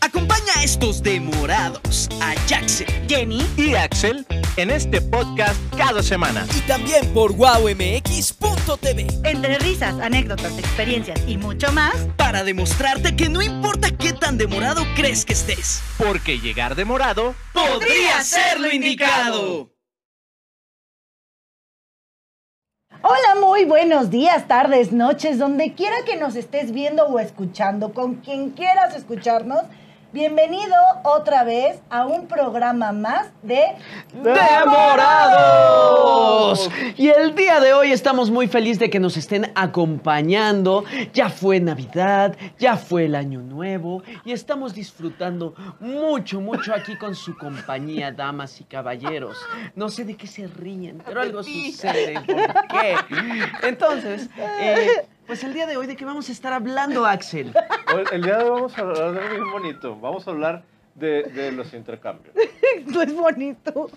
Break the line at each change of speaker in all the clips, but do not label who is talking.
Acompaña a estos demorados, a Jackson, Jenny
y Axel en este podcast cada semana.
y también por wowmx.tv
Entre risas, anécdotas, experiencias y mucho más,
para demostrarte que no importa qué tan demorado crees que estés,
Porque llegar demorado
podría ser lo indicado.
Hola, muy buenos días, tardes, noches, donde quiera que nos estés viendo o escuchando, con quien quieras escucharnos. Bienvenido otra vez a un programa más de
¡Demorados! Y el día de hoy estamos muy felices de que nos estén acompañando. Ya fue Navidad, ya fue el Año Nuevo y estamos disfrutando mucho, mucho aquí con su compañía, damas y caballeros. No sé de qué se ríen, pero algo sucede. ¿Por qué? Entonces, eh, pues el día de hoy, ¿de qué vamos a estar hablando, Axel?
Hoy- El día de hoy vamos a hablar de algo bien bonito. Vamos a hablar de, de los intercambios.
No es bonito.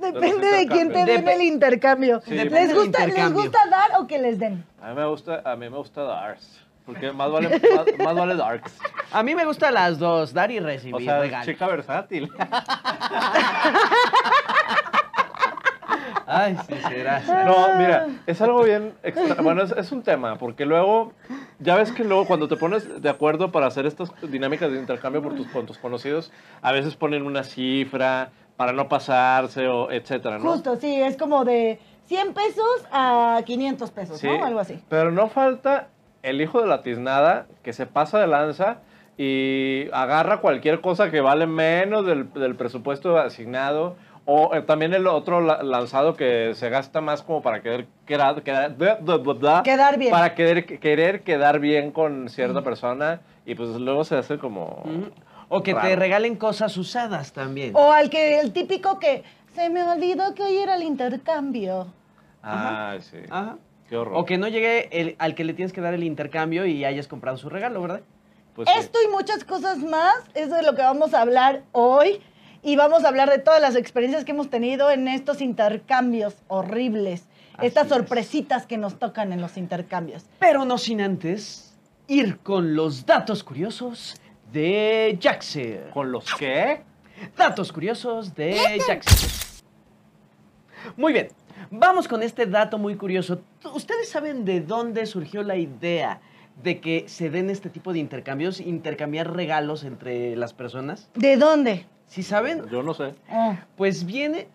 Depende de quién te
intercambios.
den el intercambio.
Sí,
¿Les
depende
del
gusta, ¿Les
intercambio.
gusta dar o que les den?
A mí me gusta, a mí me gusta Darks. Porque más vale, más, más vale Darks.
A mí me gustan las dos, dar y
O
recibir
sea,
regalos.
chica versátil.
Ay, sí, será.
No, mira, es algo bien extra- Bueno, es, es un tema, porque luego, ya ves que luego cuando te pones de acuerdo para hacer estas dinámicas de intercambio por tus, con tus conocidos, a veces ponen una cifra para no pasarse, o etcétera, ¿no?
Justo, sí, es como de 100 pesos a 500 pesos,
Sí,
¿no? Algo así.
Pero no falta el hijo de la tiznada que se pasa de lanza y agarra cualquier cosa que vale menos del, del presupuesto asignado. O eh, también el otro la- lanzado que se gasta más como para querer, quedar, quedar, da- da- da- da-
Quedar bien.
Para querer, querer quedar bien con cierta persona y pues luego se hace como...
O que te
Raro.
regalen cosas usadas también.
O al que el típico que se me olvidó que hoy era el intercambio.
Ah, sí.
Ajá.
Qué horror.
O que no llegue el- al que le tienes que dar el intercambio y hayas comprado su regalo, ¿verdad?
Pues sí.
Esto y muchas cosas más, eso es lo que vamos a hablar hoy. Y vamos a hablar de todas las experiencias que hemos tenido en estos intercambios horribles.
Así
estas
es.
sorpresitas que nos tocan en los intercambios.
Pero no sin antes ir con los datos curiosos de Jackson.
¿Con los qué?
Datos curiosos de Jackson. Muy bien, vamos con este dato muy curioso. ¿Ustedes saben de dónde surgió la idea de que se den este tipo de intercambios, intercambiar regalos entre las personas?
¿De dónde?
¿Sí saben?
Yo no sé.
Oh,
Pues viene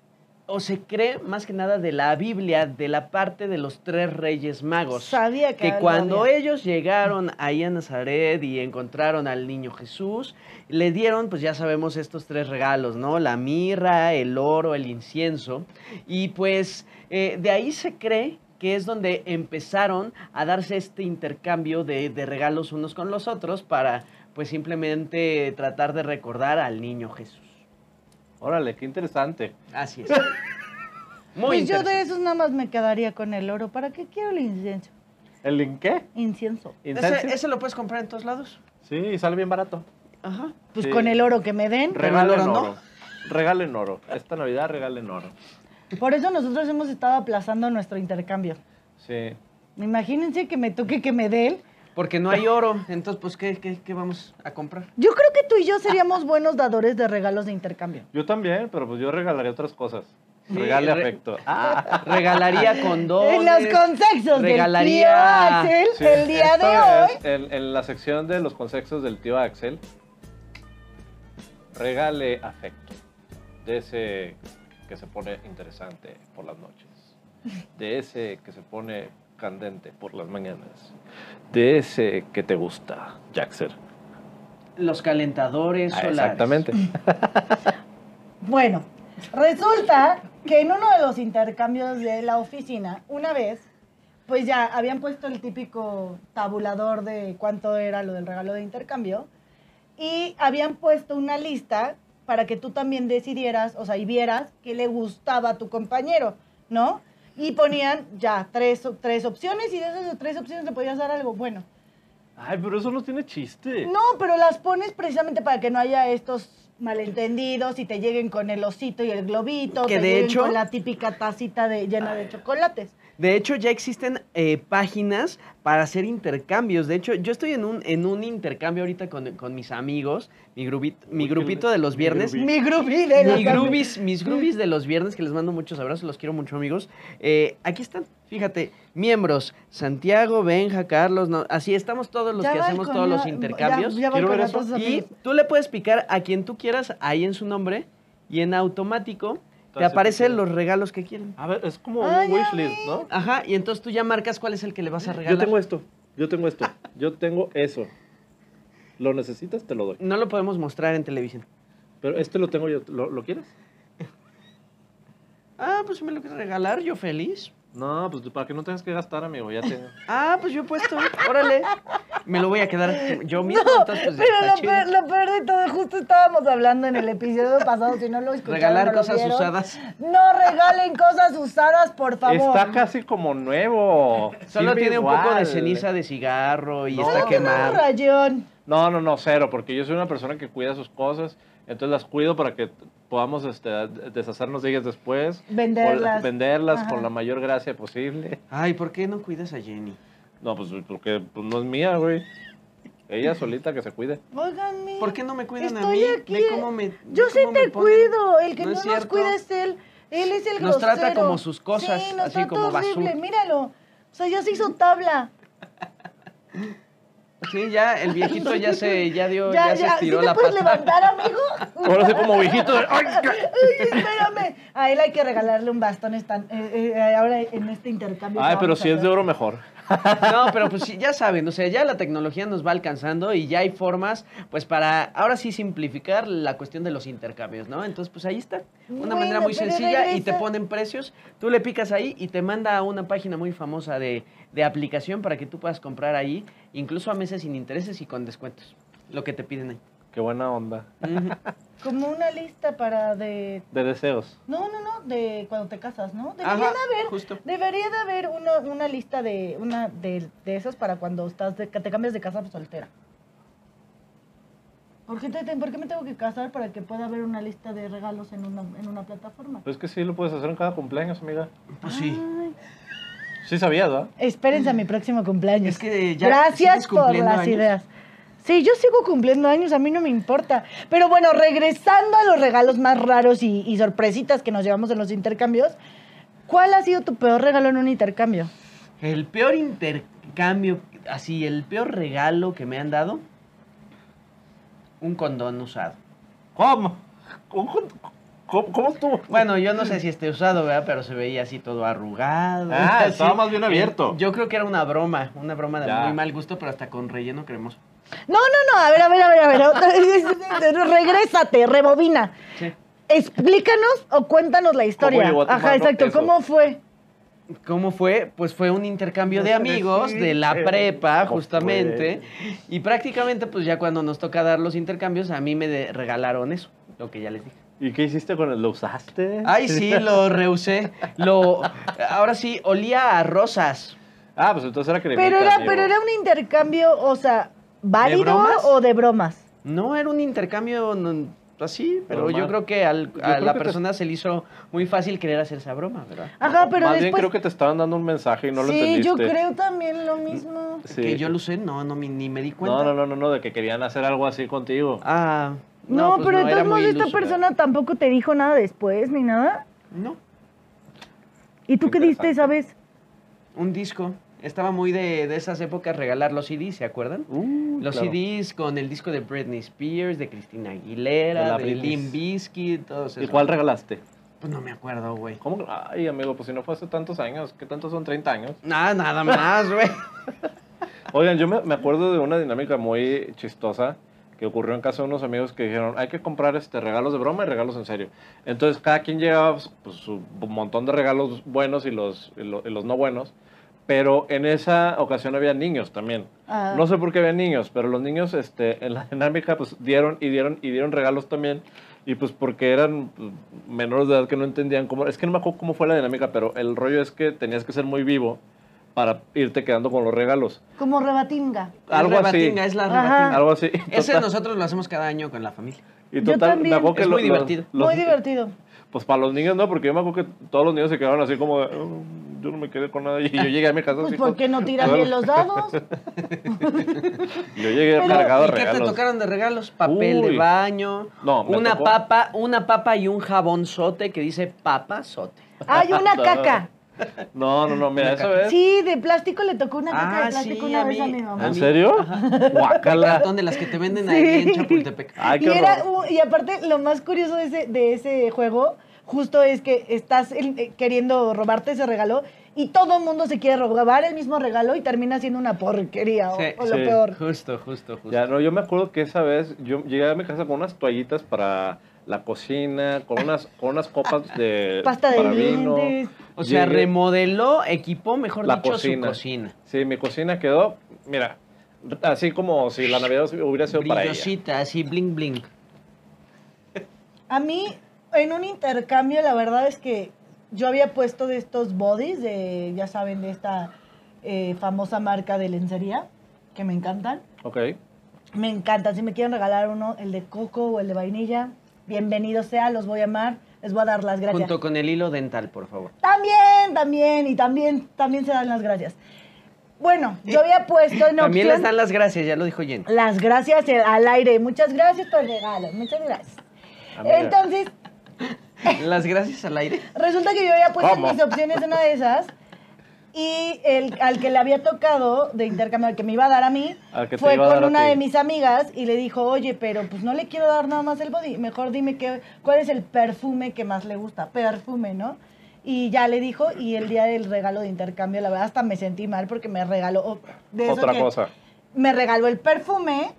o se cree más que nada de la Biblia, de la parte de los tres reyes magos.
Sabía que
Pues, que
algo
cuando
había.
ellos llegaron ahí a Nazaret y encontraron al niño Jesús, le dieron, pues ya sabemos, estos tres regalos, ¿no? La mirra, el oro, el incienso. Y pues eh, de ahí se cree que es donde empezaron a darse este intercambio de, de regalos unos con los otros para pues simplemente tratar de recordar al niño Jesús.
Órale, qué interesante.
Así es.
Pues
Muy
yo de
interesante.
esos nada más me quedaría con el oro. ¿Para qué quiero el incienso?
¿El en qué?
Incienso.
Ese,
¿Incencio?
ese lo puedes comprar en todos lados.
Sí, y sale bien barato.
Ajá.
Pues
Sí.
con el oro que me den.
Regalen
oro, ¿no?
oro. Regalen oro. Esta Navidad regalen oro.
Por eso nosotros hemos estado aplazando nuestro intercambio.
Sí.
Imagínense que me toque que me den.
Porque no hay oro. Entonces, pues, ¿qué, qué, qué vamos a comprar?
Yo creo que tú y yo seríamos buenos dadores de regalos de intercambio.
Yo también, pero pues yo regalaría otras cosas.
Sí,
Regale
re-
afecto. Ah,
Regalaría condones.
En los consejos
regalaría-
del tío Axel
sí.
el día de hoy.
Esto es en, en la sección de los consejos del tío Axel, regale afecto. De ese que se pone interesante por las noches. De ese que se pone candente por las mañanas. De ese que te gusta, Jaxer.
Los calentadores
Ah,
solares.
exactamente.
Bueno, resulta que en uno de los intercambios de la oficina, una vez, pues ya habían puesto el típico tabulador de cuánto era lo del regalo de intercambio y habían puesto una lista para que tú también decidieras, o sea, y vieras qué le gustaba a tu compañero, ¿no? Y ponían ya tres, op- tres opciones y de esas tres opciones le podías dar algo bueno.
Ay, pero eso no tiene chiste.
No, pero las pones precisamente para que no haya estos malentendidos y te lleguen con el osito y el globito,
Que
te
de
lleguen
hecho-
con la típica tacita de, llena de chocolates.
De hecho, ya existen eh, páginas para hacer intercambios. De hecho, yo estoy en un, en un intercambio ahorita con, con mis amigos, mi, grubit- mi
Uy, qué
grupito
le-
de los
mi
viernes.
grupi.
Mi groovy de los
Mi grubis, mis grubis de los viernes, que les mando muchos abrazos, los quiero mucho, amigos. Eh, aquí están, fíjate, miembros, Santiago, Benja, Carlos, no, así estamos todos los
Ya
que
va el
hacemos todos
coño-
los
ya-
intercambios.
Ya, voy
Quiero
con
ver
otros
eso.
Y
amigos.
tú le puedes picar a quien tú quieras ahí en su nombre y en automático te
Entonces,
aparecen
¿qué?
los regalos que quieren.
A ver, es como
Ah,
un
ya
wishlist, ¿no?
Ajá, y entonces tú ya marcas cuál es el que le vas a regalar.
Yo tengo esto, yo tengo esto, yo tengo eso. ¿Lo necesitas? Te lo doy.
No lo podemos mostrar en televisión.
Pero este lo tengo yo. ¿Lo, lo quieres?
Ah, pues si me lo quieres regalar, yo feliz.
No, pues para que no tengas que gastar, amigo. Ya te...
Ah, pues yo he puesto, órale. Me lo voy a quedar yo mismo, entonces pues ya
Pero
está
lo
chido.
peor, lo peor de todo, justo estábamos hablando en el episodio pasado, si no lo escucharon,
Regalar
no lo
cosas
vieron.
usadas.
No regalen cosas usadas, por favor.
Está casi como nuevo.
Solo
Sirve
tiene un poco de
igual.
ceniza de cigarro y
No,
está
no,
Tiene un
quemado.
rayón.
No, no, no, cero, porque yo soy una persona que cuida sus cosas, entonces las cuido para que podamos este, deshacernos de ellas después.
Venderlas.
Con- venderlas
Ajá.
con la mayor gracia posible.
Ay, ¿por qué no cuidas a Jenny?
No, pues porque pues, no es mía, güey. Ella solita que se cuide.
Óiganme.
¿Por qué no me cuidan a
Estoy
mí?
aquí.
Ve cómo me- ve
Yo sí
cómo me
te
ponen.
cuido. El que
No
no,
es
nos
cierto.
cuida es él. Él es el
Nos
grosero.
trata como sus cosas,
Sí, nos
así
trata
como basura.
horrible. Míralo. O sea, ya se hizo tabla.
Sí, ya el viejito ya se ya dio, ya,
Ya, ya.
se
¿Sí
estiró
te
la
puedes
pata.
levantar, amigo?
Ahora soy como viejito de... ¡Ay, qué!
Ay, espérame. A él hay que regalarle un bastón. Están, eh, eh, ahora en este intercambio.
Ay,
que
pero
vamos a
si es de
hacer.
oro mejor.
No, pero pues sí, ya saben, o sea, ya la tecnología nos va alcanzando y ya hay formas, pues para ahora sí simplificar la cuestión de los intercambios, ¿no? Entonces, pues ahí está, una
Bueno,
manera muy
pero
sencilla y te
regresa-
ponen precios, tú le picas ahí y te manda a una página muy famosa de, de aplicación para que tú puedas comprar ahí, incluso a meses sin intereses y con descuentos, lo que te piden ahí.
Qué buena onda.
Ujú.
Como una lista para de.
De deseos.
No, no, no. De cuando te casas, ¿no? Debería
Ajá,
de haber
justo.
Debería de haber uno- una lista de una de, de esas para cuando estás de, que te cambias de casa por soltera. ¿Por qué, te- te- por qué me tengo que casar para que pueda haber una lista de regalos en una, en una plataforma?
Pues es que sí lo puedes hacer en cada cumpleaños, amiga.
Ah.
Pues sí.
Sí sabías, ¿verdad?
Espérense a mi próximo cumpleaños.
Es que ya
Gracias
sigues
por
cumpliendo
las
años.
ideas. Sí, yo sigo cumpliendo años, a mí no me importa. Pero bueno, regresando a los regalos más raros y, y sorpresitas que nos llevamos en los intercambios, ¿cuál ha sido tu peor regalo en un intercambio?
El peor intercambio, así, el peor regalo que me han dado, un condón usado.
¿Cómo? ¿Cómo, cómo, cómo estuvo?
Bueno, yo no sé si esté usado, ¿verdad? Pero se veía así todo arrugado.
Ah,
así.
estaba más bien abierto.
Yo creo que era una broma, una broma de
Ya.
muy mal gusto, pero hasta con relleno cremoso.
No, no, no, a ver, a ver, a ver, a ver. otra vez. Regrésate, rebobina.
Sí.
Explícanos o cuéntanos la historia.
llegó a tu
Ajá,
mano
exacto.
eso?
¿Cómo fue?
¿Cómo fue? Pues fue un intercambio de amigos de la prepa,
¿Cómo
justamente. Y prácticamente, pues ya cuando nos toca dar los intercambios, a mí me de- regalaron eso, lo que ya les dije.
¿Y qué hiciste con él? ¿Lo usaste?
Ay, sí, lo rehusé. Lo, ahora sí, olía a rosas.
Ah, pues entonces era cremita,
Pero era,
amigo.
pero era un intercambio, o sea, ¿válido
bromas?
o de bromas?
No, era un intercambio no, así, pero
Normal.
yo creo que al-
Yo
a
creo
la
que te- Ah,
persona se le hizo muy fácil querer hacer esa broma, ¿verdad?
Ajá, pero
Más bien
después.
creo que te estaban dando un mensaje y no lo
sí,
entendiste.
yo creo también lo mismo.
Sí.
Que yo lo usé, no, no me- ni me di cuenta.
No, no, no, no, no, de que querían hacer algo así contigo.
Ah,
No,
pues
pero de
era
todos modos
muy
esta
iluso.
persona tampoco te dijo nada después ni nada.
No,
¿Y tú qué diste esa vez?
un disco. Estaba muy de, de esas épocas regalar los CDs, ¿se acuerdan?
Uh,
Los
claro.
CDs con el disco de Britney Spears, de Cristina Aguilera,
De
de,
la Britney.
Limp Bizkit, todos
¿Y
esos.
cuál regalaste?
Pues no me acuerdo, güey.
¿Cómo? que- Ay, amigo, pues si no fue hace tantos años, ¿qué tantos son 30 años?
Nada, nada más, güey.
Oigan, yo me, me acuerdo de una dinámica muy chistosa que ocurrió en casa de unos amigos que dijeron, hay que comprar este regalos de broma y regalos en serio. Entonces cada quien llevaba pues, pues, su montón de regalos buenos y los, y lo- y los no buenos, pero en esa ocasión había niños también.
Ah.
No sé por qué había niños, pero los niños este, en la dinámica pues dieron y dieron y dieron regalos también. Y pues porque eran pues, menores de edad que no entendían cómo... Es que no me acuerdo cómo fue la dinámica, pero el rollo es que tenías que ser muy vivo para irte quedando con los regalos.
Como rebatinga.
Algo
es
así.
rebatinga, es la
Ajá.
rebatinga.
Algo así.
Ese
Total-
nosotros lo hacemos cada año con la familia.
y
yo
total,
también.
me acuerdo que
Es
lo-
muy
lo-
divertido.
los-
Muy divertido.
Pues para los niños no, porque yo me acuerdo que todos los niños se quedaron así como... de, "Mm, yo no me quedé con nada. Y yo llegué a mi casa
Pues
así
¿por
con-
qué no tiran
con-
bien los dados?
Yo llegué
Pero,
cargado de
¿Y qué te
regalos.
tocaron de regalos? Papel de
Uy.
baño,
No, me
una
tocó-
papa, una papa y un jabón sote que dice papa sote.
Hay una caca.
No, no, no, mira, eso es.
Sí, de plástico le tocó una caca
Ah,
de plástico
sí,
una
a
vez a
mí-
mi mamá.
¿En serio? Guácala.
Cartón de las que te venden ahí en Chapultepec.
Ay,
Y,
qué
era,
horror.
un- y aparte, lo más curioso de ese, de ese juego, justo es que estás en- eh, queriendo robarte ese regalo y todo el mundo se quiere robar el mismo regalo y termina siendo una porquería o,
Sí,
o lo
sí.
peor.
Justo, justo, justo.
Ya, no, yo me acuerdo que esa vez yo llegué a mi casa con unas toallitas para la cocina, con unas, con unas copas de
Pasta de
para vino.
dientes.
o sea,
Llegué-
remodeló, equipó, mejor
La
dicho, su
cocina.
cocina.
Sí, mi cocina quedó, mira, así como si la Navidad hubiera sido para ella.
Brillosita, así, bling, bling.
A mí, en un intercambio, la verdad es que yo había puesto de estos bodies, de, ya saben, de esta eh, famosa marca de lencería, que me encantan.
Ok.
Me encantan. Si me quieren regalar uno, el de coco o el de vainilla, bienvenido sea, los voy a amar. Les voy a dar las gracias.
Junto con el hilo dental, por favor.
También, también, y también, también se dan las gracias. Bueno, yo había puesto en
También les
opción
dan las gracias, ya lo dijo Jen.
las gracias al aire. Muchas gracias por el regalo, muchas gracias.
Ah,
Amiga.
Entonces,
Las gracias al aire.
Resulta que yo había puesto
¿Cómo?
en mis opciones una de esas. Y el, al que le había tocado de intercambio, al que me iba a dar a mí,
Al que te
fue
iba a dar
con
a
una
ti.
de mis amigas y le dijo, oye, pero pues no le quiero dar nada más el body, mejor dime qué, cuál es el perfume que más le gusta, perfume, ¿no? Y ya le dijo, y el día del regalo de intercambio, la verdad, hasta me sentí mal porque me regaló oh, de eso
Otra
que
cosa.
Me regaló el perfume,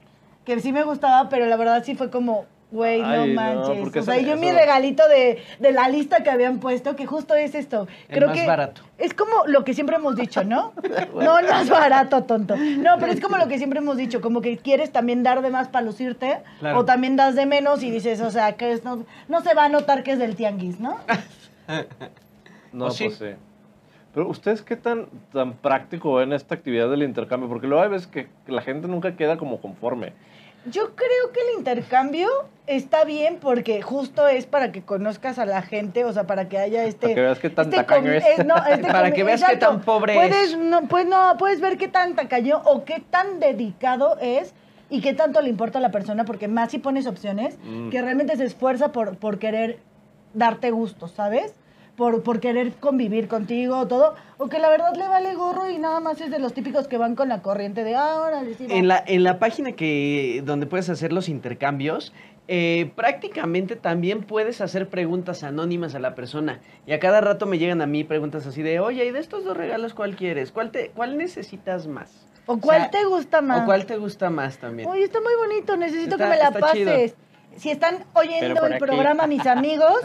que sí me gustaba, pero la verdad sí fue como, güey, no
Ay, no,
manches.
¿por qué
o sea,
hacen
yo mi
eso?
regalo regalito de, de la lista que habían puesto, que justo es esto.
El más
que
barato.
Es como lo que siempre hemos dicho, ¿no? No, no es barato, tonto. No, pero es como lo que siempre hemos dicho, como que quieres también dar de más para lucirte,
Claro.
o también das de menos y dices, o sea, que es- no, no se va a notar que es del tianguis, ¿no?
No,
¿O sí?
pues sí. Pero ustedes qué tan, tan práctico ven esta actividad del intercambio, porque luego hay veces que la gente nunca queda como conforme.
Yo creo que el intercambio está bien porque justo es para que conozcas a la gente, o sea, para que haya este...
Para que veas qué tan tacaño
comi-
es.
eh, no, este
Para
comi-
que veas qué
exacto.
tan pobre
puedes,
es.
No, pues no, puedes ver qué tan tacaño o qué tan dedicado es y qué tanto le importa a la persona, porque más si pones opciones,
Mm.
que realmente se esfuerza por, por querer darte gusto, ¿sabes? Por, por querer convivir contigo, todo, o que la verdad le vale gorro y nada más es de los típicos que van con la corriente de "Ah, ahora.
En la, en la página que donde puedes hacer los intercambios, eh, prácticamente también puedes hacer preguntas anónimas a la persona. Y a cada rato me llegan a mí preguntas así de, oye, ¿y de estos dos regalos cuál quieres? ¿Cuál, te, cuál necesitas más?
¿O cuál
sea,
te gusta más?
¿O cuál te gusta más también?
Oye, está muy bonito, necesito
Está-
que me la
está chido.
pases. Si están oyendo
Pero por
el
aquí.
programa, mis amigos,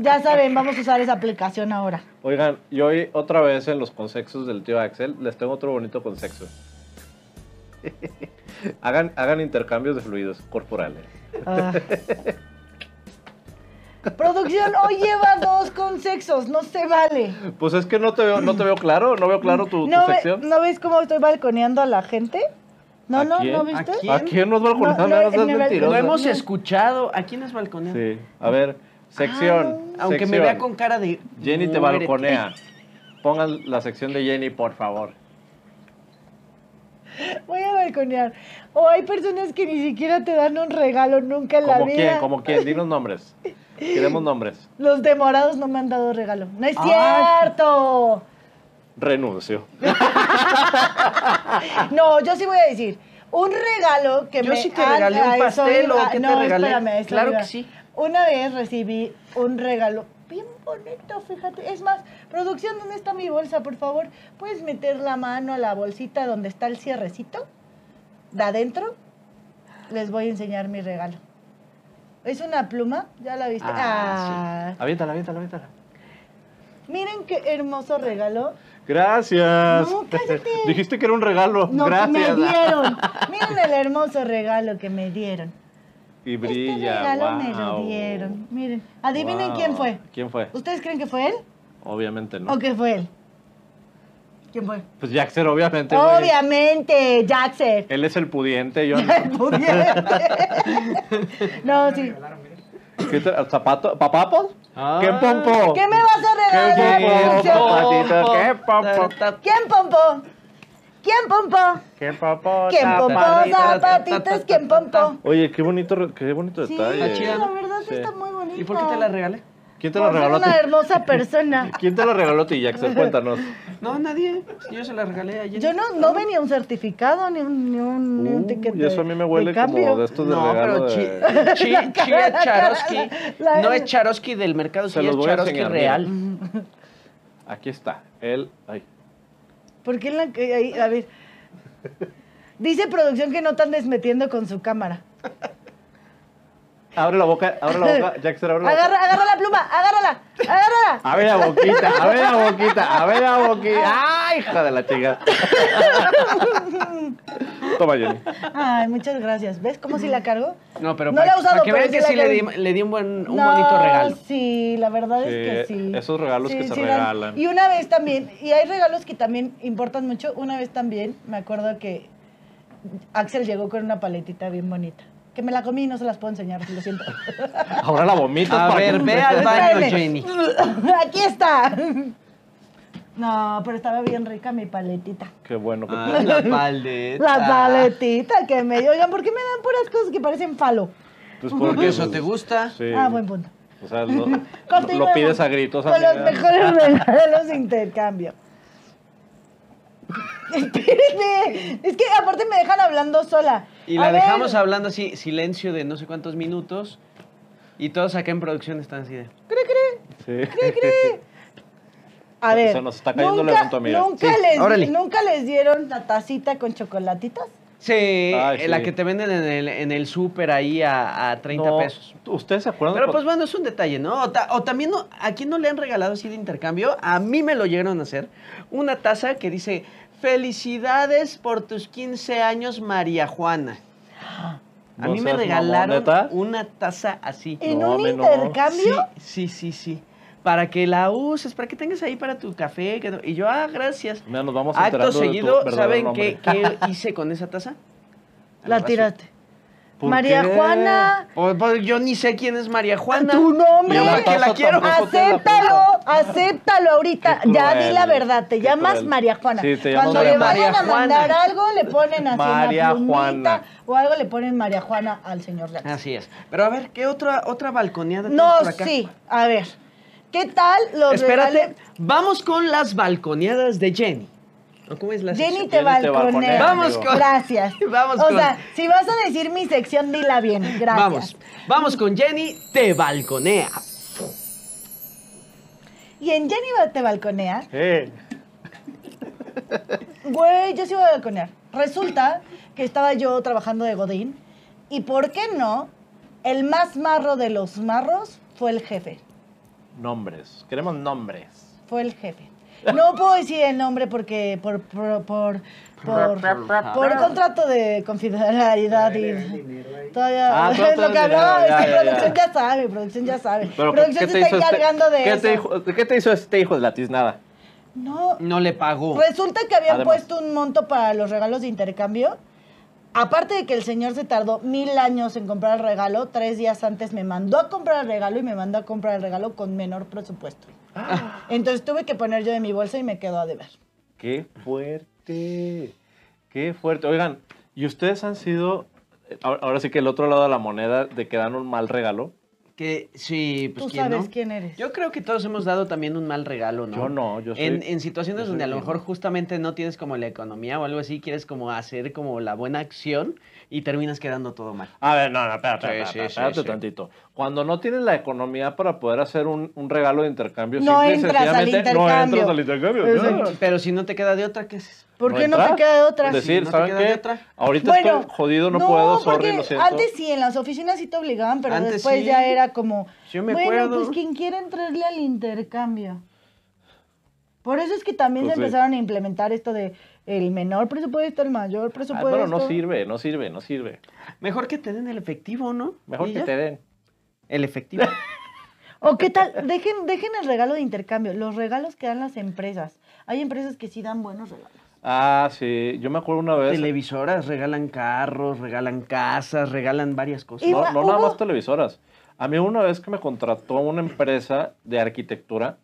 ya saben, vamos a usar esa aplicación ahora.
Oigan, y hoy otra vez en los consejos del tío Axel, les tengo otro bonito consejo. hagan, hagan intercambios de fluidos corporales.
Ah. Producción, hoy lleva dos con sexos, no se vale.
Pues es que no te veo, no te veo claro, no veo claro tu, tu
¿No, ve-
sección.
¿No ves cómo estoy balconeando a la gente? No,
¿A
no,
quién?
¿no viste?
¿A quién?
¿A quién nos va
No,
a
no,
No, no seas
en el-
Lo
mentirosa.
hemos
no.
escuchado. Aquí nos balconea.
Sí, a ver, sección.
Ah,
Aunque me
sección.
vea con cara de...
Jenny te
"Muérete".
balconea. Pongan la sección de Jenny, por favor.
Voy a balconear. O hay personas que ni siquiera te dan un regalo nunca en la
¿Como
vida.
quién? ¿Como quién? Dinos nombres. Queremos nombres.
Los demorados no me han dado regalo. ¡No es
Ay.
Ah.
cierto!
Renuncio.
No, yo sí voy a decir. Un regalo que
Yo
me...
sí te
han-
regalé un
a eso
pastel,
iba.
¿o qué te
No,
regalé?
espérame, a eso
Claro
iba.
que sí.
Una vez recibí un regalo bien bonito, fíjate. Es más, producción, ¿dónde está mi bolsa? Por favor, ¿puedes meter la mano a la bolsita donde está el cierrecito? De adentro. Les voy a enseñar mi regalo. Es una pluma, ya la viste.
Ah,
Ah,
Aviéntala, aviéntala, aviéntala.
Miren qué hermoso regalo.
Gracias.
No, cállate.
Dijiste que era un regalo.
No, que me
Gracias.
dieron. Miren el hermoso regalo que me dieron.
Y
Este
brilla.
regalo me lo
guau.
dieron. Miren, adivinen
Guau.
quién fue.
¿Quién fue?
¿Ustedes creen que fue él
Obviamente no.
o que fue él? ¿Quién fue?
Pues Jaxer, obviamente. güey.
Obviamente, Jackson.
Él es el pudiente, yo no.
El pudiente. no, sí.
¿Qué tra- ¿Zapato? ¿Papapos?
Ah.
¿Qué pompo?
¿Qué me vas a regalar?
Qué
en la
bonito.
producción?
patito, qué popo.
¿Quién pompó? ¿Quién pompó?
¿Qué pompo?
¿Quién pompó?
zapatito,
Zapatitos, ¿quién pompó?
Oye, qué bonito, re- qué bonito
Sí,
detalle.
Está chida,
la
¿no?
verdad sí
Sí.
está muy bonita.
¿Y por qué te la regalé?
¿Quién te
Por
lo
ser
regaló a ti?
una hermosa persona.
¿Quién te lo regaló a ti, Jackson? Cuéntanos.
No, nadie. Yo se la regalé ayer.
Yo no, no venía un certificado ni un, ni un, ni un
Uh,
ticket
y eso
de-
a mí me huele
de cambio.
como de estos de
No,
regalo
pero chi,
de-
chi, chi es Charosky.
la-
No es Charosky del mercado,
Se
sí
los
es
voy a
Charosky
enseñar,
real.
Aquí está. Él. Ay.
¿Por qué en la que ahí- a ver. Dice producción que no están desmetiendo con su cámara.
Abre la boca, abre la boca. Jackson, abre la boca.
Agarra, agarra la pluma, agárrala, agárrala.
Abre la boquita, abre la boquita, abre la boquita. ¡Ay, hija de la chica! Toma, Jenny.
Ay, muchas gracias. ¿Ves cómo si la cargo?
No, pero
No
para,
la he usado,
para que
pero
vean
sí
que
la
sí le di,
quiero.
le di un, buen, un
No,
bonito regalo.
Sí, la verdad es que
Sí,
sí.
esos regalos que se
dan.
regalan.
Y una vez también, y hay regalos que también importan mucho. Una vez también, me acuerdo que Axel llegó con una paletita bien bonita. Que me la comí y no se las puedo enseñar, lo siento.
Ahora la vomitas.
A
para que
ver,
no
ve
te-
al baño,
Espérame.
Jenny.
Aquí está. No, pero estaba bien rica mi paletita.
Qué bueno. que-
Ah, la paleta.
La paletita que me dio. Oigan, ¿por qué me dan puras cosas que parecen falo?
Pues
Porque
porque-
eso te gusta.
Sí.
Ah, buen punto.
O sea, lo, lo
Continuemos
pides a gritos.
Con
así,
los
¿no?
mejores regalos de intercambio. Espérenme. Es que aparte me dejan hablando sola.
Y
A
la
ver,
dejamos hablando así, silencio de no sé cuántos minutos. Y todos acá en producción están así de.
Sí.
A ver.
Se nos está cayendo el
nunca,
evento, amiga.
Nunca,
Sí,
les,
órale.
nunca les dieron la tacita con chocolatitas.
Sí,
Ay,
eh, la
sí.
que te venden en el, en el súper ahí a, a 30
No,
pesos.
¿Ustedes se acuerdan?
Pero
cuando-
pues bueno, es un detalle, ¿no? O, ta- o también, no, ¿a quién no le han regalado así de intercambio? A mí me lo llegaron a hacer. Una taza que dice, felicidades por tus 15 años, María Juana. pues, A
No
mí me
seas mamón,
regalaron
¿neta?
una taza así.
En
No,
un
hombre, no.
intercambio.
Sí, sí, sí, sí. Para que la uses, para que tengas ahí para tu café. que no- Y yo, ah, gracias.
Mira, nos vamos
Acto
enterando de tu
seguido,
verdadero
¿saben qué,
nombre.
qué hice con esa taza?
La
basura.
tiraste.
¿Por
María
qué?
Juana.
Pues, pues, yo ni sé quién es María Juana.
Tu nombre.
Yo
la
para qué la
taza
quiero.
tampoco.
Acéptalo, acéptalo ahorita.
Qué
ya
cruel,
di la verdad, te
qué
llamas
cruel.
María Juana.
Sí, te llamas
Cuando
María
le vayan
Juana.
a mandar algo, le ponen así
María
una plumita
Juana.
o algo le ponen María Juana al señor Jackson.
Así es. Pero a ver, ¿qué otra, otra balconeada
No,
tenemos Ah, por acá?
sí, a ver. ¿Qué tal los
Espérate,
regalos?
vamos con las balconeadas de Jenny. ¿O ¿Cómo es la
Jenny
sección?
te
Jenny te
balconea.
balconea,
Vamos amigo. con-
Gracias.
Vamos
o
con-
sea, si vas a decir mi sección, dila bien. Gracias.
Vamos, vamos con Jenny te balconea.
Y en Jenny va- te balconea,
Eh,
Güey, yo sí voy a balconear. Resulta que estaba yo trabajando de Godín y ¿por qué no? El más marro de los marros fue el jefe.
nombres. Queremos nombres.
Fue el jefe. No puedo decir el nombre porque por por por, por, por contrato de confidencialidad y todavía
Ah, todo
es lo que
terminado,
hablaba, es
ya,
que
ya,
producción ya sabe, producción ya sabe.
Pero,
producción se está
este-
encargando de
qué
eso.
Te hijo- ¿Qué te hizo este hijo de la tiznada?
No,
No le pagó.
Resulta que habían
Además.
puesto un monto para los regalos de intercambio. Aparte de que el señor se tardó mil años en comprar el regalo, tres días antes me mandó a comprar el regalo y me mandó a comprar el regalo con menor presupuesto. Entonces tuve que poner yo de mi bolsa y me quedó a deber.
Qué fuerte. Qué fuerte. Oigan, ¿y ustedes han sido, eh, ahora, ahora sí que el otro lado de la moneda, de que dan un mal regalo?
Que sí, pues
Tú
quién
sabes
no?
quién eres.
Yo creo que todos hemos dado también un mal regalo, ¿no?
Yo no, yo soy-
En, en situaciones
yo soy
donde a lo
bien.
mejor justamente no tienes como la economía o algo así, quieres como hacer como la buena acción y terminas quedando todo mal.
A ver, no, no,
Sí,
espérate, espérate,
sí, sí,
espérate
sí.
tantito. Cuando no tienes la economía para poder hacer un, un regalo de intercambio,
No
simple y
entras al
sencillamente, no
intercambio.
entras al intercambio.
Exacto.
¿no?
Pero si no te queda de otra, ¿qué haces?
¿Por qué no
entrar?
te queda de otra?
Pues Decir,
Sí, no te
¿saben
queda de
qué?
otra.
Ahorita estoy jodido, no, puedo, sorry,
porque
lo siento.
Antes sí, en las oficinas sí te obligaban, pero
Antes
después
sí.
ya era como,
Yo me
bueno,
acuerdo.
pues quien quiera entrarle al intercambio. Por eso es que también
Pues
se
sí.
empezaron a implementar esto de el menor presupuesto, el mayor
Ah,
presupuesto.
pero no sirve, no sirve, no sirve.
Mejor que te den el efectivo, ¿no?
Mejor
Y
que
ya.
te den.
El efectivo.
O qué tal, dejen, dejen el regalo de intercambio, los regalos que dan las empresas. Hay empresas que sí dan buenos regalos.
Ah, sí, yo me acuerdo una vez.
Televisoras regalan carros, regalan casas, regalan varias cosas.
Y-
pues, No,
Iba-
no nada
hubo-
más televisoras. A mí una vez que me contrató una empresa de arquitectura,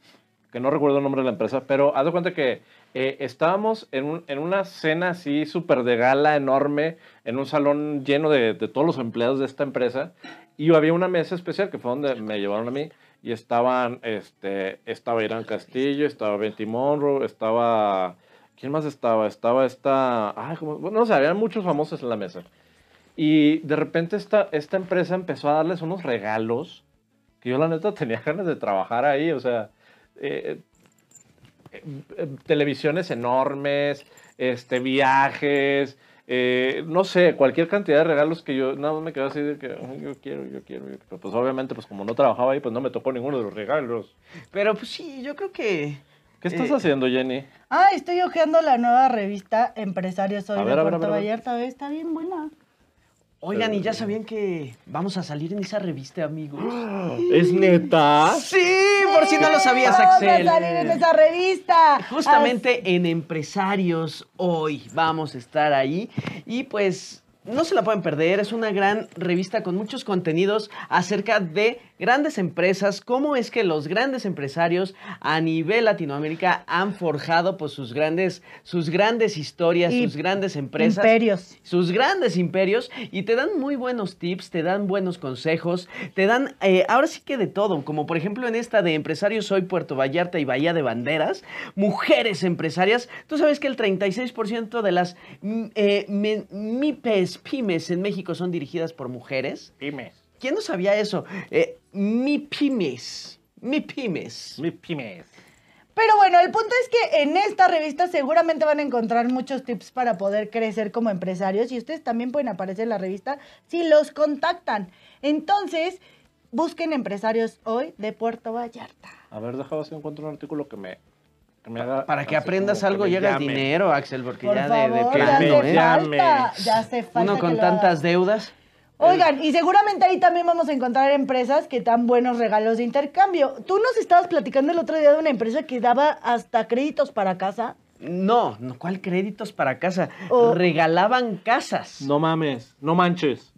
que no recuerdo el nombre de la empresa, pero haz de cuenta que eh, estábamos en, un- en una cena así súper de gala enorme, en un salón lleno de, de todos los empleados de esta empresa, y había una mesa especial que fue donde me llevaron a mí, y estaban, este, estaba Irán Castillo, estaba Betty Monroe, estaba... ¿Quién más estaba? Estaba esta... Ay, ¿cómo? Bueno, no sé, había muchos famosos en la mesa. Y de repente esta, esta empresa empezó a darles unos regalos que yo la neta tenía ganas de trabajar ahí, o sea, eh, eh, eh, televisiones enormes, este, viajes, eh, no sé, cualquier cantidad de regalos que yo nada más me quedé así de que "Ay, yo quiero, yo quiero, yo quiero". Pues obviamente, pues como no trabajaba ahí, pues no me tocó ninguno de los regalos.
Pero pues sí, yo creo que...
¿Qué estás
Eh,
haciendo, Jenny?
Ah, estoy hojeando la nueva revista Empresarios Hoy
A
de
ver, a ver,
Puerto
a ver, a ver.
Vallarta. Ve, Está bien buena.
Oigan, ¿y ya sabían que vamos a salir en esa revista, amigos?
¿Es neta?
Ah, Sí, por si no lo sabías,
Vamos
Axel.
a salir en esa revista.
Justamente en Empresarios hoy vamos a estar ahí y pues no se la pueden perder, es una gran revista con muchos contenidos acerca de grandes empresas, cómo es que los grandes empresarios a nivel Latinoamérica han forjado pues sus grandes sus grandes historias,
Y
sus grandes empresas
Imperios.
sus grandes imperios y te dan muy buenos tips, te dan buenos consejos, te dan eh, ahora sí que de todo, como por ejemplo en esta de Empresarios Hoy Puerto Vallarta y Bahía de Banderas, mujeres empresarias, tú sabes que el 36% de las mm, eh, men- MIPES, pymes E en México son dirigidas por mujeres.
Pymes.
¿Quién no sabía eso? Eh, MIPYMES, MIPYMES.
Mi pymes.
Pero bueno, el punto es que en esta revista seguramente van a encontrar muchos tips para poder crecer como empresarios y ustedes también pueden aparecer en la revista si los contactan. Entonces, busquen Empresarios Hoy de Puerto Vallarta.
A ver, déjame si encuentro un artículo que me, que me haga...
Para que
así
aprendas
como que
algo
me
y hagas
llame.
dinero, Axel, porque
Por
ya de- de,
favor, ya
plano,
plano,
hace
¿eh?
se
falta.
Llames.
Ya hace falta.
Uno
que
con
lo hagan.
tantas deudas.
Oigan, y seguramente ahí también vamos a encontrar empresas que dan buenos regalos de intercambio. Tú nos estabas platicando el otro día de una empresa que daba hasta créditos para casa.
No, no, ¿cuál créditos para casa?
O-
Regalaban casas.
No mames, no manches.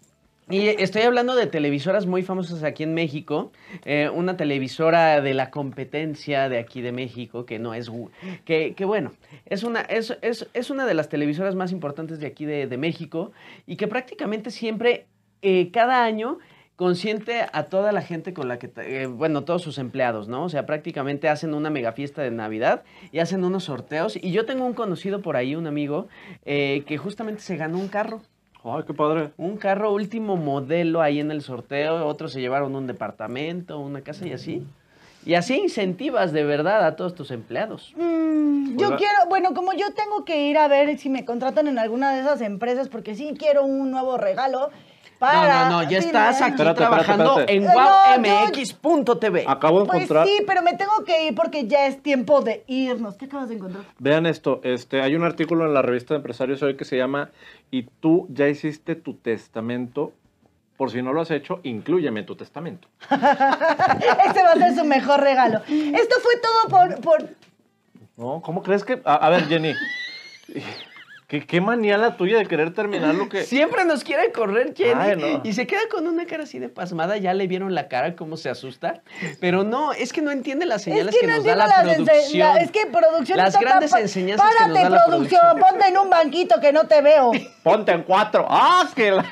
Y estoy hablando de televisoras muy famosas aquí en México. Eh, una televisora de la competencia de aquí de México, que no es. Gu- Que, que bueno, es una, es, es- es una de las televisoras más importantes de aquí de, de México y que prácticamente siempre, eh, cada año, consiente a toda la gente con la que, te- eh, bueno, todos sus empleados, ¿no? O sea, prácticamente hacen una mega fiesta de Navidad y hacen unos sorteos. Y yo tengo un conocido por ahí, un amigo, eh, que justamente se ganó un carro.
Ay, qué padre.
Un carro último modelo ahí en el sorteo, otros se llevaron un departamento, una casa y así. Y así incentivas de verdad a todos tus empleados.
Mm, yo
Hola.
quiero, bueno, como yo tengo que ir a ver si me contratan en alguna de esas empresas, porque sí quiero un nuevo regalo para.
no, no, no, ya
Sí,
estás
no,
aquí
Espérate, espérate,
trabajando
espérate. Ah,
en
Eh, no, yo-
wowmx.tv.
Acabo de
Pues
encontrar.
sí, pero me tengo que ir porque ya es tiempo de irnos. ¿Qué acabas de encontrar?
Vean esto, este, hay un artículo en la revista de Empresarios hoy que se llama Y tú ya hiciste tu testamento. Por si no lo has hecho, inclúyeme en tu testamento.
Ese va a ser su mejor regalo. Esto fue todo por, por
¿No? ¿Cómo crees que.? A, a ver, Jenny. ¿Qué, qué manía la tuya de querer terminar lo que.
Siempre nos quiere correr Jenny
Ay, no.
y se queda con una cara así de pasmada, ya le vieron la cara cómo se asusta, pero no, es que no entiende las señales que, nos da
entiendo
la
las ense-
producción.
la- es que producción
Las
está
grandes
tapa-
enseñanzas que
Párate,
nos da la
producción,
producción.
ponte en un banquito que no te veo.
Ponte en cuatro. ¡Ah, que la-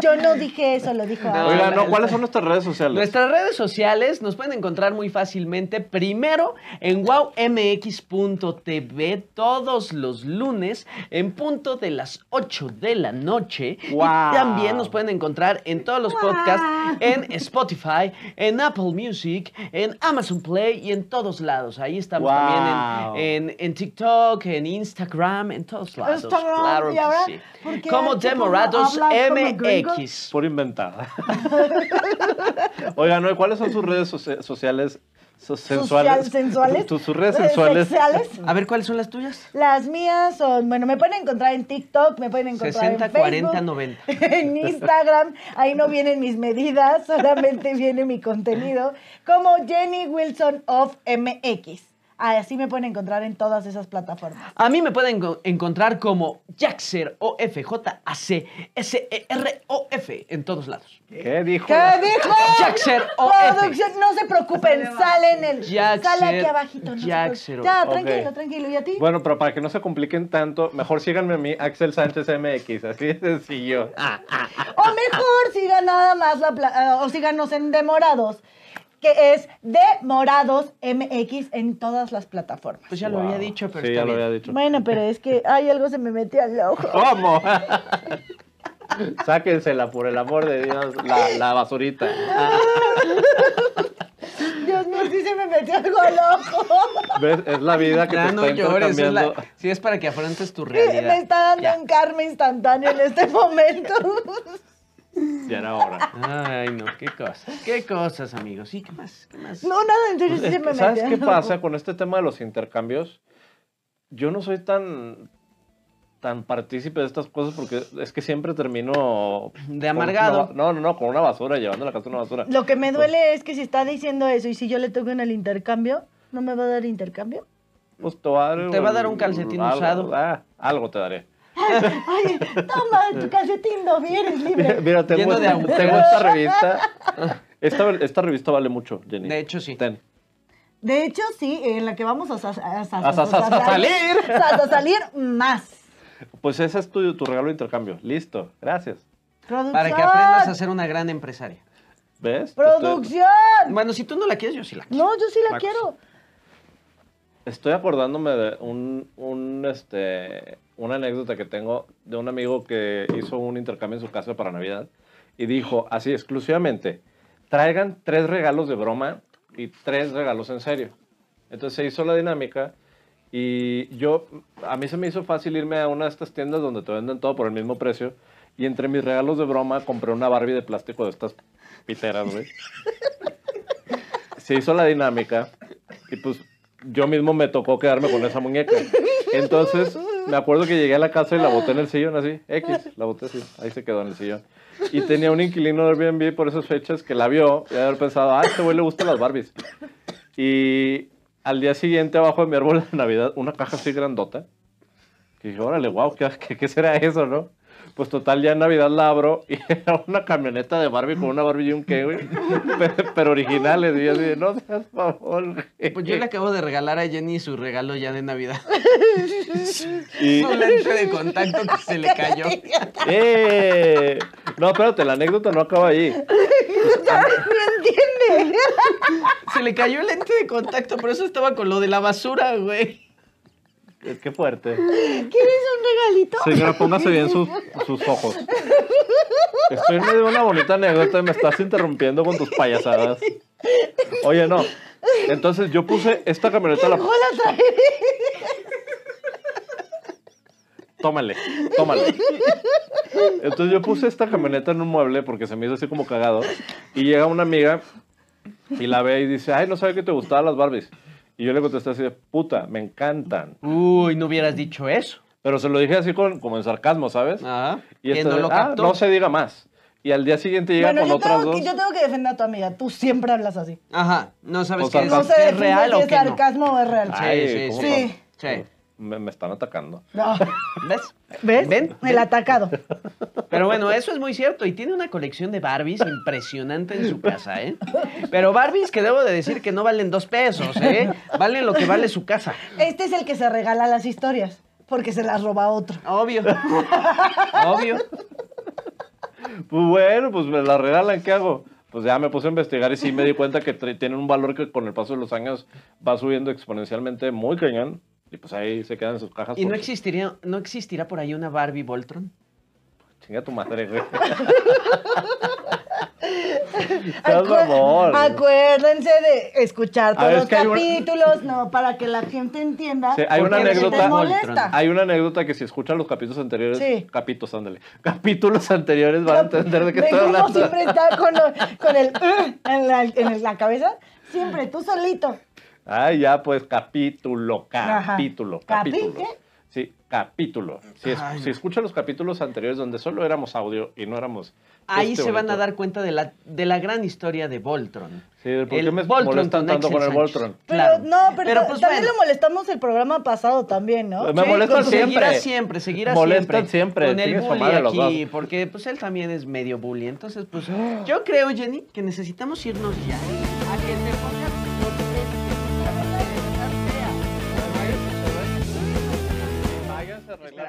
Yo no dije eso, lo dijo
No,
Ana.
Oiga, no,
Ah, la-
¿cuáles son nuestras redes sociales?
Nuestras redes sociales nos pueden encontrar muy fácilmente. Primero en wowmx.tv todos los lunes en punto de las 8 de la noche.
Wow.
Y también nos pueden encontrar en todos los podcasts, en Spotify, en Apple Music, en Amazon Play y en todos lados. Ahí estamos
Wow.
también en, en- en TikTok, en Instagram, en todos lados.
Instagram,
claro
¿y
que
ahora?
sí.
¿Por qué
Como
tú cómo
Demorados
hablas como gringo?
MX.
Por inventada. Oigan, ¿no? ¿cuáles son sus redes socia- sociales? so- sensuales.
Social- sensuales.
Tus, tus redes sensuales.
Sexuales.
A ver, ¿cuáles son las tuyas?
Las mías son, bueno, me pueden encontrar en TikTok, me pueden encontrar
60,
en Facebook,
40, 90.
en Instagram, ahí no vienen mis medidas, solamente viene mi contenido, como Jenny Wilson of MX. Así me pueden encontrar en todas esas plataformas.
A mí me pueden enco- encontrar como Jaxer o F J A C S E R O F en todos lados.
¿Qué dijo?
¿Qué
la-
dijo?
Jaxer
oh,
o
Producción, no se preocupen, sale en el.
Jaxer,
sale aquí abajito. No se
Jaxer,
preocupen. ya,
ok.
tranquilo, tranquilo. ¿Y a ti?
Bueno, pero para que no se compliquen tanto, mejor síganme a mí, Axel Sánchez MX, así de sencillo.
O mejor sigan nada más la pla- eh, o síganos en Demorados, que es Demorados MX en todas las plataformas.
Pues ya lo
Wow.
había dicho, pero
Sí,
está
ya lo
bien.
había dicho.
Bueno, pero es que hay algo se me metió al ojo.
¿Cómo? Sáquensela, por el amor de Dios, la, la basurita.
Dios mío, sí se me metió algo al ojo.
¿Ves? Es la vida que
Ya
te
Ah, no
está
llores, es la-
intercambiando.
sí es para que afrontes tu realidad.
Me está dando
Ya.
un karma instantáneo en este momento.
Ya era hora.
Ay, no, qué cosas, qué cosas, amigos. ¿Y qué más? ¿Qué más?
No, nada, en serio sí
Es
se me
que,
metió.
¿Sabes qué
al ojo.
pasa con este tema de los intercambios? Yo no soy tan tan partícipe de estas cosas porque es que siempre termino
De amargado.
con una ba- no no no con una basura llevando la casa una basura
Lo que me duele
Pues.
es que si está diciendo eso y si yo le toco en el intercambio, ¿no me va a dar intercambio?
Pues te va a dar,
Te va a dar un calcetín
algo,
usado.
ah, algo te daré
Ay, toma tu calcetín, no eres libre.
Mira, tengo,
Lleno de
esta-
agujeros.
tengo esta revista. Esta, esta revista vale mucho, Jenny.
De hecho, sí.
Ten.
De hecho, sí, en la que vamos a, sa- a sa-
A sa-
sa-
sa- salir.
sa- sa- salir más.
Pues ese es tu, tu regalo de intercambio. Listo, gracias.
Producción.
Para que aprendas a ser una gran empresaria.
¿Ves? Te Estoy,
Producción.
Bueno, si tú no la quieres, yo sí la quiero.
No, yo sí la
Marcos.
quiero.
estoy acordándome de un, un, este, una anécdota que tengo de un amigo que hizo un intercambio en su casa para Navidad y dijo así exclusivamente, traigan tres regalos de broma y tres regalos en serio. Entonces se hizo la dinámica y yo, a mí se me hizo fácil irme a una de estas tiendas donde te venden todo por el mismo precio y entre mis regalos de broma compré una Barbie de plástico de estas piteras, güey. Se hizo la dinámica y pues yo mismo me tocó quedarme con esa muñeca. Entonces me acuerdo que llegué a la casa y la boté en el sillón así, X, la boté así, ahí se quedó en el sillón. Y tenía un inquilino de Airbnb por esas fechas que la vio y haber pensado, ah, a este güey le gustan las Barbies. Y al día siguiente, abajo de mi árbol de Navidad, una caja así grandota. Que dije, órale, wow, ¿qué, qué, qué será eso, no? Pues total, ya en Navidad la abro y era una camioneta de Barbie con una Barbie y un qué, güey. Pero, pero originales. Y yo así, de, no seas favor, güey.
Pues yo le acabo de regalar a Jenny su regalo ya de Navidad.
Y-
Su lente de contacto que se le cayó.
¡Eh! No, espérate, la anécdota no acaba ahí.
Se le cayó el lente de contacto, por eso estaba con lo de la basura, güey.
Es que fuerte.
¿Quieres un regalito?
Señora, póngase bien sus, sus ojos. Estoy en medio de una bonita anécdota y me estás interrumpiendo con tus payasadas. Oye, no. Entonces yo puse esta camioneta la.
Hola, trae.
Tómale, tómale. Entonces yo puse esta camioneta en un mueble porque se me hizo así como cagado. Y llega una amiga y la ve y dice: Ay, no sabía que te gustaban las Barbies. Y yo le contesté así: de, Puta, me encantan.
Uy, no hubieras dicho eso.
Pero se lo dije así con, como en sarcasmo, ¿sabes?
Ajá.
y
que
esta
no
de,
lo
"Ah,
captó.
no se diga más. Y al día siguiente llega
Bueno,
con
yo
otras
tengo,
dos.
que, yo tengo que defender a tu amiga. Tú siempre hablas así.
Ajá. No sabes
O
qué es,
No
sarcasmo.
si
sé
es
define
real
si
o
es
que no.
sarcasmo o es real.
Ay, sí,
¿cómo
sí.
no?
Sí.
Me, me están atacando.
Ah.
No.
¿Ves?
¿Ves?
Ven,
El
ven.
atacado.
Pero bueno, eso es muy cierto. Y tiene una colección de Barbies impresionante en su casa, ¿eh? Pero Barbies que debo de decir que no valen dos pesos, ¿eh? Valen lo que vale su casa.
Este es el que se regala las historias porque se las roba otro.
Obvio. Obvio.
Pues bueno, pues me la regalan, ¿qué hago? Pues ya me puse a investigar y sí me di cuenta que tre- tienen un valor que con el paso de los años va subiendo exponencialmente muy cañón. Y pues ahí se quedan en sus cajas.
¿Y no
porque-
existiría, no existirá por ahí una Barbie Voltron?
Chinga tu madre, güey. Seas
Acu-
mamón.
Acuérdense de escuchar
A
todos
ver,
los
es que hay un-
capítulos, no, para que la gente entienda.
Sí, hay
por
una
qué te
anécdota-
molesta.
Hay una anécdota que si escuchan los capítulos anteriores,
Sí.
capítulos, ándale, capítulos anteriores van a entender de qué estoy
Ven cómo
hablando.
siempre está con, lo- con el "eh" en la, en la cabeza. Siempre, tú solito.
Ay, ya, pues capítulo,
Ajá.
capítulo,
¿Capi
capítulo.
qué?
Sí, capítulo. Si, es-
Ay.
si escuchan los capítulos anteriores donde solo éramos audio y no éramos...
Ahí
este
se van a
bonito-
dar cuenta de la, de la gran historia de Voltron.
Sí, ¿por qué
El
me
Voltron
molestan
con
tanto
Axel
con el
Sánchez.
Voltron?
Pero
Claro.
no, pero,
Pero, pues,
también
bueno.
lo molestamos el programa pasado también, ¿no?
Me molestan
con- Seguirá
siempre.
siempre, seguirá
Molestan siempre,
Con el
chingue su
bully
madre los
aquí,
dos.
porque pues él también es medio bully. Entonces, pues yo creo, Jenny, que necesitamos irnos ya. ¿A qué te-